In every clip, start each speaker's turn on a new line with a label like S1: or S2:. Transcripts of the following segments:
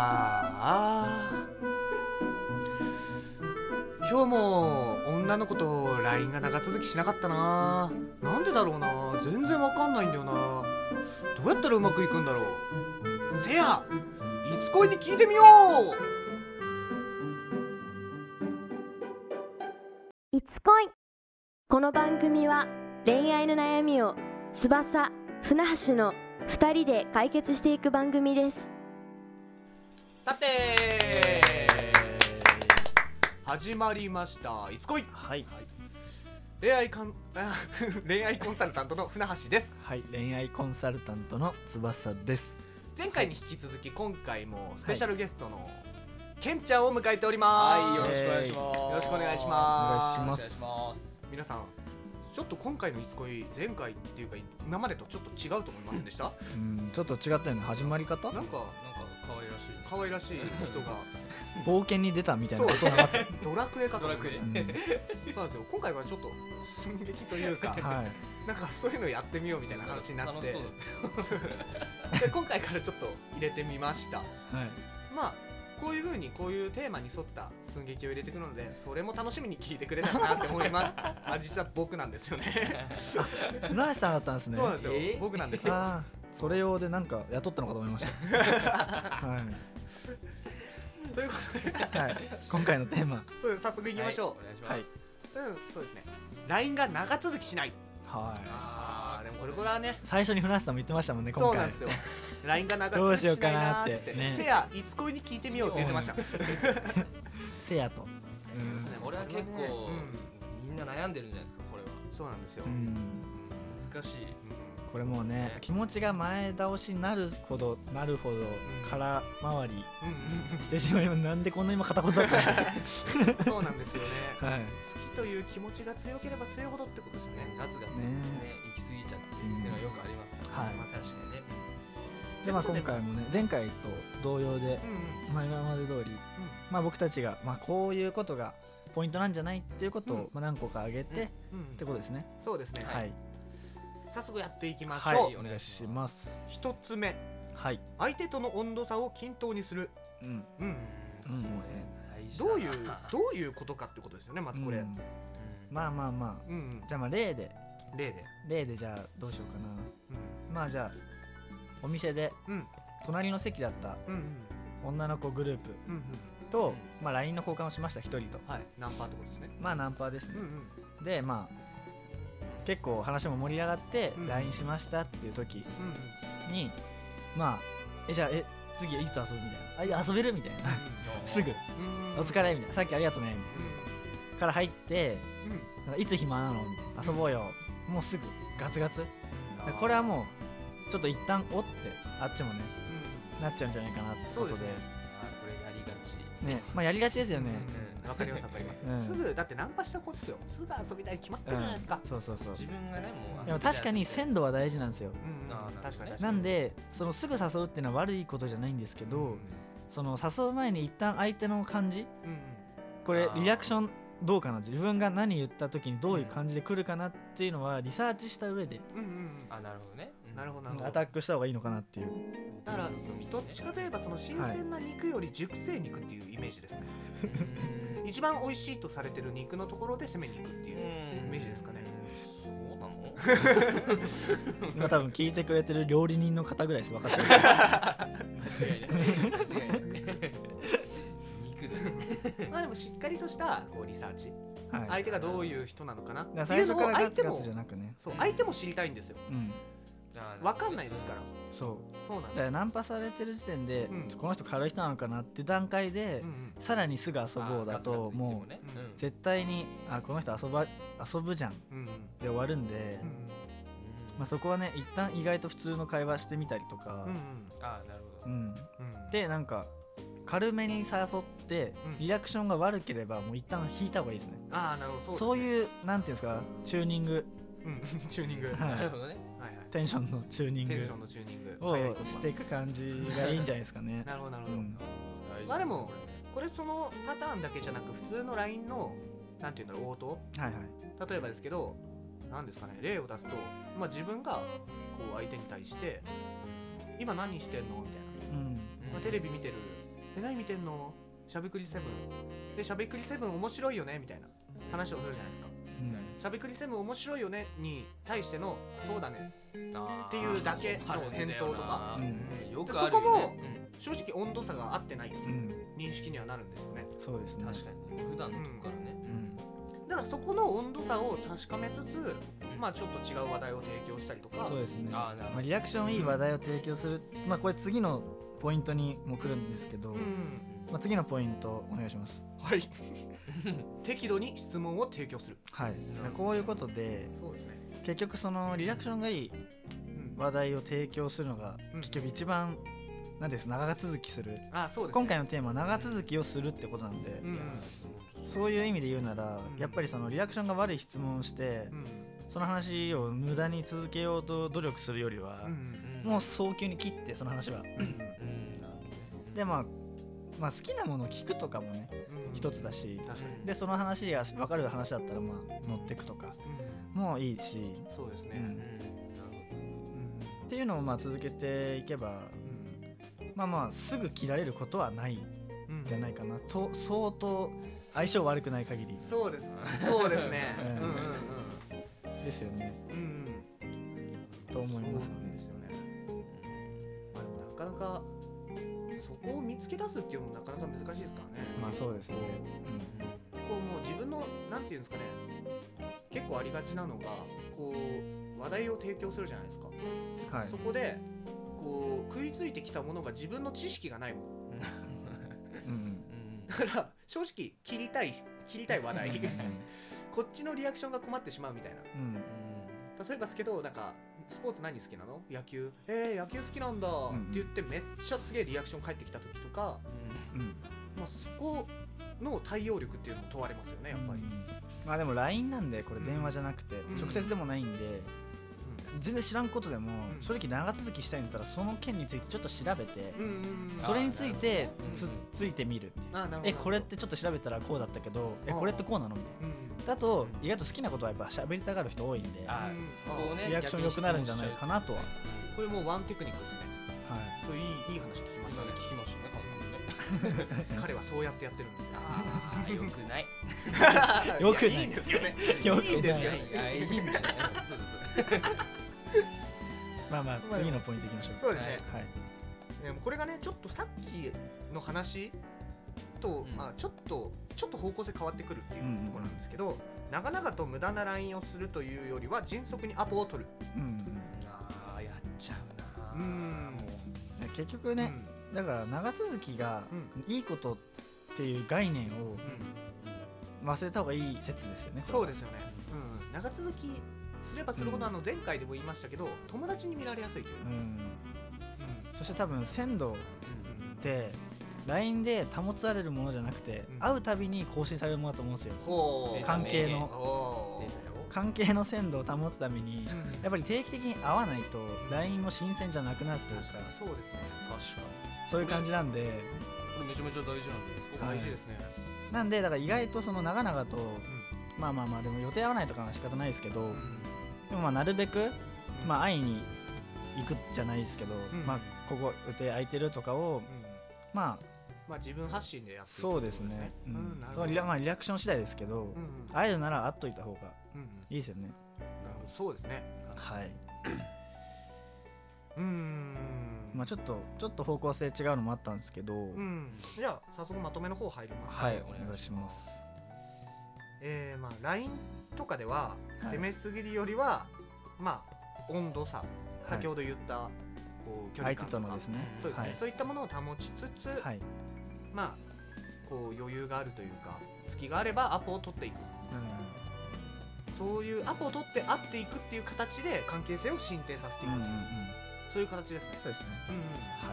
S1: ああ今日も女の子と LINE が長続きしなかったななんでだろうな全然わかんないんだよなどうやったらうまくいくんだろうせやいつ恋に聞いてみよう
S2: いつ恋この番組は恋愛の悩みを翼船橋の2人で解決していく番組です
S1: さて始まりましたいつ恋
S3: はい、
S1: 恋愛かん 恋愛コンサルタントの船橋です
S3: はい、恋愛コンサルタントの翼です。
S1: 前回に引き続き今回もスペシャルゲストのケンちゃんを迎えております、
S3: はいよろしくお願いし
S4: ます
S1: よろしくお願いし
S3: ます
S1: ます
S3: お願いします
S1: 皆さんちょっと今回のいつ恋前回っていうか今までとちょっと違うと思いませんでした
S3: うん、ちょっと違ったよね、始まり方
S1: なんか
S4: なんか可愛らしい。
S1: 可愛らしい人が
S3: 冒険に出たみたい
S1: そ
S3: な
S1: う
S3: ことなんですよ。
S1: ドラクエかと思いまし
S4: ド
S1: た
S4: ラ
S3: う
S1: そ
S3: ん
S1: うなんですよ今回はちょっと寸劇というか
S3: はい、
S1: なんかそういうのやってみようみたいな話になって
S4: 楽しそうだ
S1: で今回からちょっと入れてみました
S3: はい、
S1: まあこういう風にこういうテーマに沿った寸劇を入れてくるのでそれも楽しみに聞いてくれたらなって思いますあ実は僕なんですよね
S3: 船橋さんだったんですね。
S1: そうなんですよ、
S4: えー
S1: 僕なんですよ
S3: ああ、それ用でなんか雇ったのかと思いました。 はい、
S1: ということで
S3: はい、今回のテーマ。
S1: そうです早速いきましょ
S4: お願いし
S3: は
S4: ま
S3: い
S4: す。
S1: う、うんそうですね LINE が長続きしない
S3: は
S1: あーでもこれこれはね
S3: い、最初に船橋さんも言ってましたもんね、今
S1: そうなん
S3: 回
S1: です。よ LINE が長続きしないなーっつって
S3: どうしようかなーってね
S1: せやいつ恋に聞いてみようって言ってました、
S3: せやと。うん
S4: これは結構、
S1: うん
S4: みんな悩んでるんじゃないですか。これは
S1: そうなんですよ、
S3: う
S1: うん
S3: ん、
S4: 難しい。
S3: これもうね、気持ちが前倒しになるほど、なるほど、空回り
S1: うんうん
S3: してしまいます、なんでこんな今片言だっ た
S1: うんそうなんですよ ね
S3: の。はい。
S1: 好きという気持ちが強ければ強いほどってことですよね
S4: ね、ガツガツね
S3: ね
S4: 行き過ぎちゃってっていうのはよくありますから。
S3: はい
S4: まあ確かにね。
S3: でまあ今回もね前回と同様で
S1: う、んうん
S3: まあ、今まで通り、
S1: うん
S3: まあ、僕たちが、まあ、こういうことがポイントなんじゃないっていうことを、
S1: うん
S3: まあ、何個か挙げて、っ
S1: うん
S3: てことですね
S1: そうですね、
S3: はい
S1: 早速やっていきまし
S3: はい、
S1: ょ
S4: い
S1: うん
S3: お願いします
S1: 一、つ目
S3: はい
S1: 相手との温度差を均等にする、
S3: うん
S1: うん、
S3: うん
S1: どういう どういうことかってことですよねまずこれ、う
S3: うんんまあまあまあ
S1: うん
S3: じゃあまあ例で
S1: 例で、
S3: 例でじゃあどうしようかなまあじゃあお店で
S1: うん、うん
S3: 隣の席だった
S1: うん
S3: 女の子グループ
S1: うんうん
S3: と、まあ、LINE の交換をしました1人と
S1: はいナンパってことですね
S3: まあナンパですね
S1: うんうん
S3: でまあ結構話も盛り上がって
S1: うん
S3: LINE しましたっていう時
S1: うんうん
S3: に、まあえじゃあえ次いつ遊ぶみたいなあいや遊べるみたいな すぐ
S1: うん
S3: お疲れみたいなさっきありがとうねみたいなから入って
S1: うんうん
S3: なんかいつ暇なのみたいな遊ぼうよもうすぐガツガツこれはもうちょっと一旦おってあっちもねなっちゃうんじゃないかなってこと
S1: そう
S3: で
S1: ですね
S4: あーこれやりがち。
S3: ねまあやりがちですよね、
S1: うんわかりますわかります、
S3: うん
S1: すぐだってナンパした子ですよすぐ遊びたい決まってるじゃないですか、
S3: そうそうそう
S4: 自分がねもう。
S3: でも確かに鮮度は大事なんですよ
S1: うんうん
S4: あ
S1: 確
S4: ー
S1: かに確かに
S3: なんでそのすぐ誘うっていうのは悪いことじゃないんですけど、その誘う前に一旦相手の感じ
S1: うん
S3: これ
S4: あー
S3: リアクションどうかな自分が何言った時にどういう感じで来るかなっていうのはリサーチした上で
S1: うんうんうん
S4: あなるほどね。
S1: うんなるほど
S4: ど。
S1: なるほど
S3: アタックした方がいいのかなっていう
S1: だからどっちかといえばその新鮮な肉より熟成肉っていうイメージですね、一番美味しいとされてる肉のところで攻めに行くっていう、イメージですかね
S4: そうな の
S3: 今多分聞いてくれてる料理人の方ぐらいです分かってる
S4: 間違いない間違いない肉だね
S1: まあでもしっかりとしたこうリサーチ、
S3: はい
S1: 相手がどういう人なのかなっ
S3: だから
S1: て
S3: 最
S1: いう
S3: 初
S1: のを
S3: から
S1: 相
S3: ガ
S1: 手
S3: ツガ
S1: も
S3: ツじゃなくね
S1: そう相手も知りたいんですよ
S3: うん
S1: 分かんないですから
S3: そう
S1: そうなんで
S3: だか
S1: す
S3: らナンパされてる時点で、
S1: うん
S3: この人軽い人なのかなっていう段階で、
S1: うんうん
S3: さらにすぐ遊ぼうだと
S4: あーガツガツ言って
S3: もう
S4: ね
S1: うん
S4: うん
S3: 絶対にあこの人遊ば遊ぶじゃん
S1: うんうん
S3: で終わるんで、まあ、そこはね一旦意外と普通の会話してみたりとか
S1: うんうん、
S4: あーなるほ
S3: うん、
S4: ど
S1: うん
S3: でなんか軽めに誘って
S1: うん
S3: リアクションが悪ければもう一旦引いた方がいいですね
S1: ああなるほ
S3: そ
S1: ど
S3: う
S1: そうですね
S3: いうなんていうんですかチューニング、
S1: うん チューニング、はい
S3: は
S4: なる
S3: い、
S4: ほどね
S1: はい、
S3: テンションのチューニン
S1: テンション
S3: グ
S1: のチューニング
S3: を
S1: 早い言葉
S3: していく感じがいいんじゃないですかね
S1: なるほどなる
S3: う
S1: ほど、
S3: ん
S1: まあでもこれそのパターンだけじゃなく普通の LINE のなんていうんだろう応答
S3: はいはい
S1: 例えばですけど何ですかね例を出すと、まあ、自分がこう相手に対して「今何してんの?」みたいな
S3: うん
S4: うん
S1: まあ、テレビ見てるえ何見てんのしゃべくりセブンでしゃべくりセブン面白いよねみたいな話をするじゃないですかしゃべくりセブン面白いよねに対してのそうだねっていうだけの返答とか
S4: あー
S3: う
S4: よくあるよ、ね、
S1: そこも正直温度差が合ってないって
S3: う
S1: いうん認識にはなるんですよね
S3: そうです
S4: うん
S3: ね
S4: 確かに普段のとこからね、
S1: だからそこの温度差を確かめつつまあちょっと違う話題を提供したりと
S3: うん、
S1: か
S3: そうですね
S4: あーなるほ
S3: まあ、リアクションいい話題を提供する、まあ、これ次のポイントにも来るんですけど、
S1: うん
S3: まあ、次のポイントお願いします
S1: はい 適度に質問を提供する
S3: はい
S4: ん
S3: こういうことで
S1: そうですね
S3: 結局そのリアクションがいい
S1: うん
S3: 話題を提供するのが
S1: うん
S3: 結局一番なんです長続きする
S1: あそうですね
S3: 今回のテーマは長続きをするってことなんで
S1: うん
S4: いや
S3: そういう意味で言うなら
S1: うん
S3: やっぱりそのリアクションが悪い質問をして
S1: うん
S3: その話を無駄に続けようと努力するよりは
S1: うん
S4: うん
S3: もう早急に切ってその話は
S1: うん
S4: うんなるほど
S3: でまあまあ好きなものを聞くとかもね
S1: うん
S3: 一つだし
S1: 確かに
S3: でその話が分かる話だったらまあ乗ってくとか
S1: うん
S3: もいいし
S1: そうです
S3: う
S1: ね
S4: うん
S3: ん
S4: なるほ
S1: う
S4: ど
S1: ん
S3: っていうのをまあ続けていけばまあまあすぐ切られることはない
S1: うん
S3: じゃないかなと相当相性悪くない限り
S1: そうですそうですね
S3: うん
S1: うんうん
S3: ですよね
S1: うんうんうん
S3: と思います
S1: そうなん
S3: ね
S1: ですよね。まあ、でもなかなかそこを見つけ出すっていうのもなかなか難しいですからね。
S3: まあそうですね
S1: こうもう自分のなんていうんですかね、結構ありがちなのがこう話題を提供するじゃないですか。
S3: うんはい
S1: そこでこう食いついてきたものが自分の知識がないもん。
S3: うん
S4: うん
S1: だから正直切りたい切りたい話 題こっちのリアクションが困ってしまうみたいな
S3: うん
S1: 例えばですけどなんかスポーツ何好きなの野球えー、野球好きなんだって
S3: ん
S1: 言ってめっちゃすげえリアクション返ってきた時とか、
S3: うん
S1: まあ、そこの対応力っていうのも問われますよねやっぱり、
S3: うんまあでも LINE なんでこれ電話じゃなくて
S1: ん
S3: 直接でもないんで全然知らんことでも
S1: ん
S3: 正直長続きしたいんだったらその件についてちょっと調べて
S1: うん、うんうん
S3: それについてつ
S4: うん
S3: っついてみる
S1: あなるほど
S3: えこれってちょっと調べたらこうだったけどえ
S1: あー
S3: これってこうなのみたい
S1: うん
S3: なだと意外と好きなことはやっぱ喋りたがる人多いんで
S4: あ
S1: うん
S4: こうね
S3: リアクション良くなるんじゃないかなとは
S1: これもうワンテクニックですね
S3: は
S1: そういいいい話聞きましたね
S4: 聞きましたね
S1: 彼はそうやってやってるんですよ
S4: ああよく ない
S1: あ
S3: よくない
S1: いやいいんですよね
S3: よくない
S1: いいんです
S4: い
S1: よ
S4: や
S1: ね
S4: いやいいんだよねそうです
S3: まあまあ次のポイントいきましょう
S1: そうですね、
S3: はい
S1: でもこれがねちょっとさっきの話と、
S4: うん
S1: まあ、ちょっとちょっと方向性変わってくるっていう
S3: うんうん
S1: ところなんですけど、長々と無駄な LINE をするというよりは迅速にアポを取る
S3: うんうん
S4: ああやっちゃう
S1: う
S4: な
S1: ん
S4: もう
S3: 結局ね、だから長続きがいいことっていう概念を
S1: うんうん
S3: 忘れた方がいい説ですよね
S1: そうですよね、うん、長続きすればするほど、
S3: うん
S1: あの前回でも言いましたけど友達に見られやすいという、
S3: うんそして多分鮮度っ
S1: う
S3: て LINE で保つられるものじゃなくて、
S1: うん
S3: 会うたびに更新されるものだと思うんですよ
S1: ん、ほう
S3: 関係の
S1: ほ
S4: 出たよ
S3: 関係の鮮度を保つために
S1: ううん
S3: やっぱり定期的に会わないと LINE も新鮮じゃなくなるというか
S1: 確かにそうですね
S4: 確か
S3: そういう感じなんで
S4: にこれめちゃめちゃ大事なん
S1: こ
S4: です
S1: こ
S3: はい
S1: 大事ですね、
S3: なんでだから意外とその長々と、まあまあまあでも予定合わないとかは仕方ないですけど、でもまあなるべくまあ、会いに行くじゃないですけど、
S1: ん
S3: まあ、ここ予定空いてるとかを
S1: うん
S3: まあ
S1: まあ自分発信でやっていく
S3: そうですね
S1: ってことですねうん、なるほど
S3: リラまあリアクション次第ですけど、
S1: うんうん
S3: 会えるなら会っといた方が
S1: うんうん
S3: いいですよね
S1: なるほどそうですね
S3: はい、
S1: うーん
S3: まあ、ちょっとちょっと方向性違うのもあったんですけど、
S1: うん、じゃあ早速まとめの方入ります、
S3: はい
S4: はい
S3: お願いします
S1: えーまあ、LINE とかでは
S3: はい
S1: 攻めすぎるよりは、まあ温度差先ほど言った、こう距離
S3: 相
S1: 感
S3: 手
S1: と
S3: と
S1: か
S3: のですね
S1: そうですね、
S3: はい
S1: そういったものを保ちつつ、
S3: はい
S1: まあこう余裕があるというか隙があればアポを取っていくそういうアポを取って会っていくっていう形で関係性を進展させて
S3: う
S1: い
S3: ん
S1: く
S3: う
S1: とい
S3: んうん
S1: う、
S3: うん
S1: そういう形ですね、
S3: そうです
S1: うん
S3: ね
S1: うん、
S3: は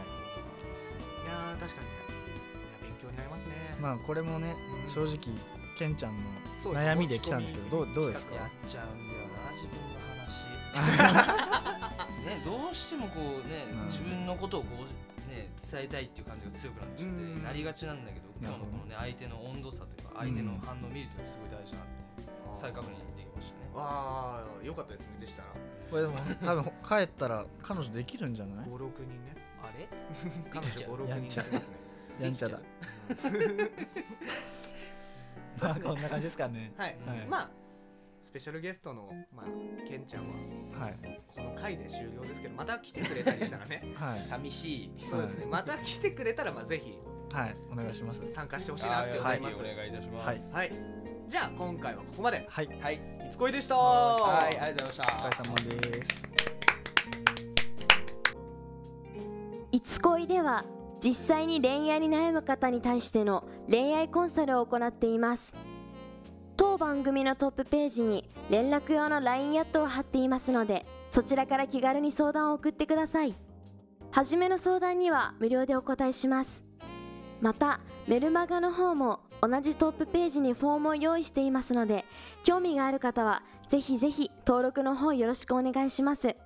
S1: や
S3: い
S1: ー確かにねいや勉強になりますね、
S3: いまあこれもね
S1: うん
S3: 正直ケンちゃんの
S1: そうですね
S3: 悩みで来たんですけどどうどうですか
S4: やっちゃうんだよな自分の話 ねどうしてもこうね、
S3: うん
S4: 自分のことをこうね伝えたいっていう感じが強くなっちゃって、
S1: うん
S4: なりがちなんだけど今日のこのね相手の温度差というか相手の反応を見るというのはすごい大事なと
S1: あー
S4: 再確認できましたね
S1: ああよかったですねでしたら
S3: これでも多分帰ったら彼女できるんじゃない
S1: 56人ね
S4: あえ
S1: 彼女五六人
S3: や
S1: い
S3: ん
S1: ま
S3: ち
S1: す
S3: ゃ
S1: ね
S3: やんちゃ だまあこんな感じですかね
S1: うんはい、
S3: はい
S1: まあスペシャルゲストのまあケンちゃん は
S3: はい
S1: この回で終了ですけどまた来てくれたりしたらね
S3: はい
S4: 寂しい
S1: そうですね また来てくれたらまあぜひ
S3: はいお願いします
S1: 参加してほしいなって思います
S4: はお願いいたしま
S3: はい
S4: す
S1: はいじゃあ今回はここまで
S3: はい
S4: はい
S1: いつこいでした
S4: はいありがとうございまし
S3: お疲
S4: た
S3: れ様です
S2: いつ恋では実際に恋愛に悩む方に対しての恋愛コンサルを行っています当番組のトップページに連絡用の LINE アットを貼っていますのでそちらから気軽に相談を送ってください初めの相談には無料でお答えしますまたメルマガの方も同じトップページにフォームを用意していますので興味がある方はぜひぜひ登録の方よろしくお願いします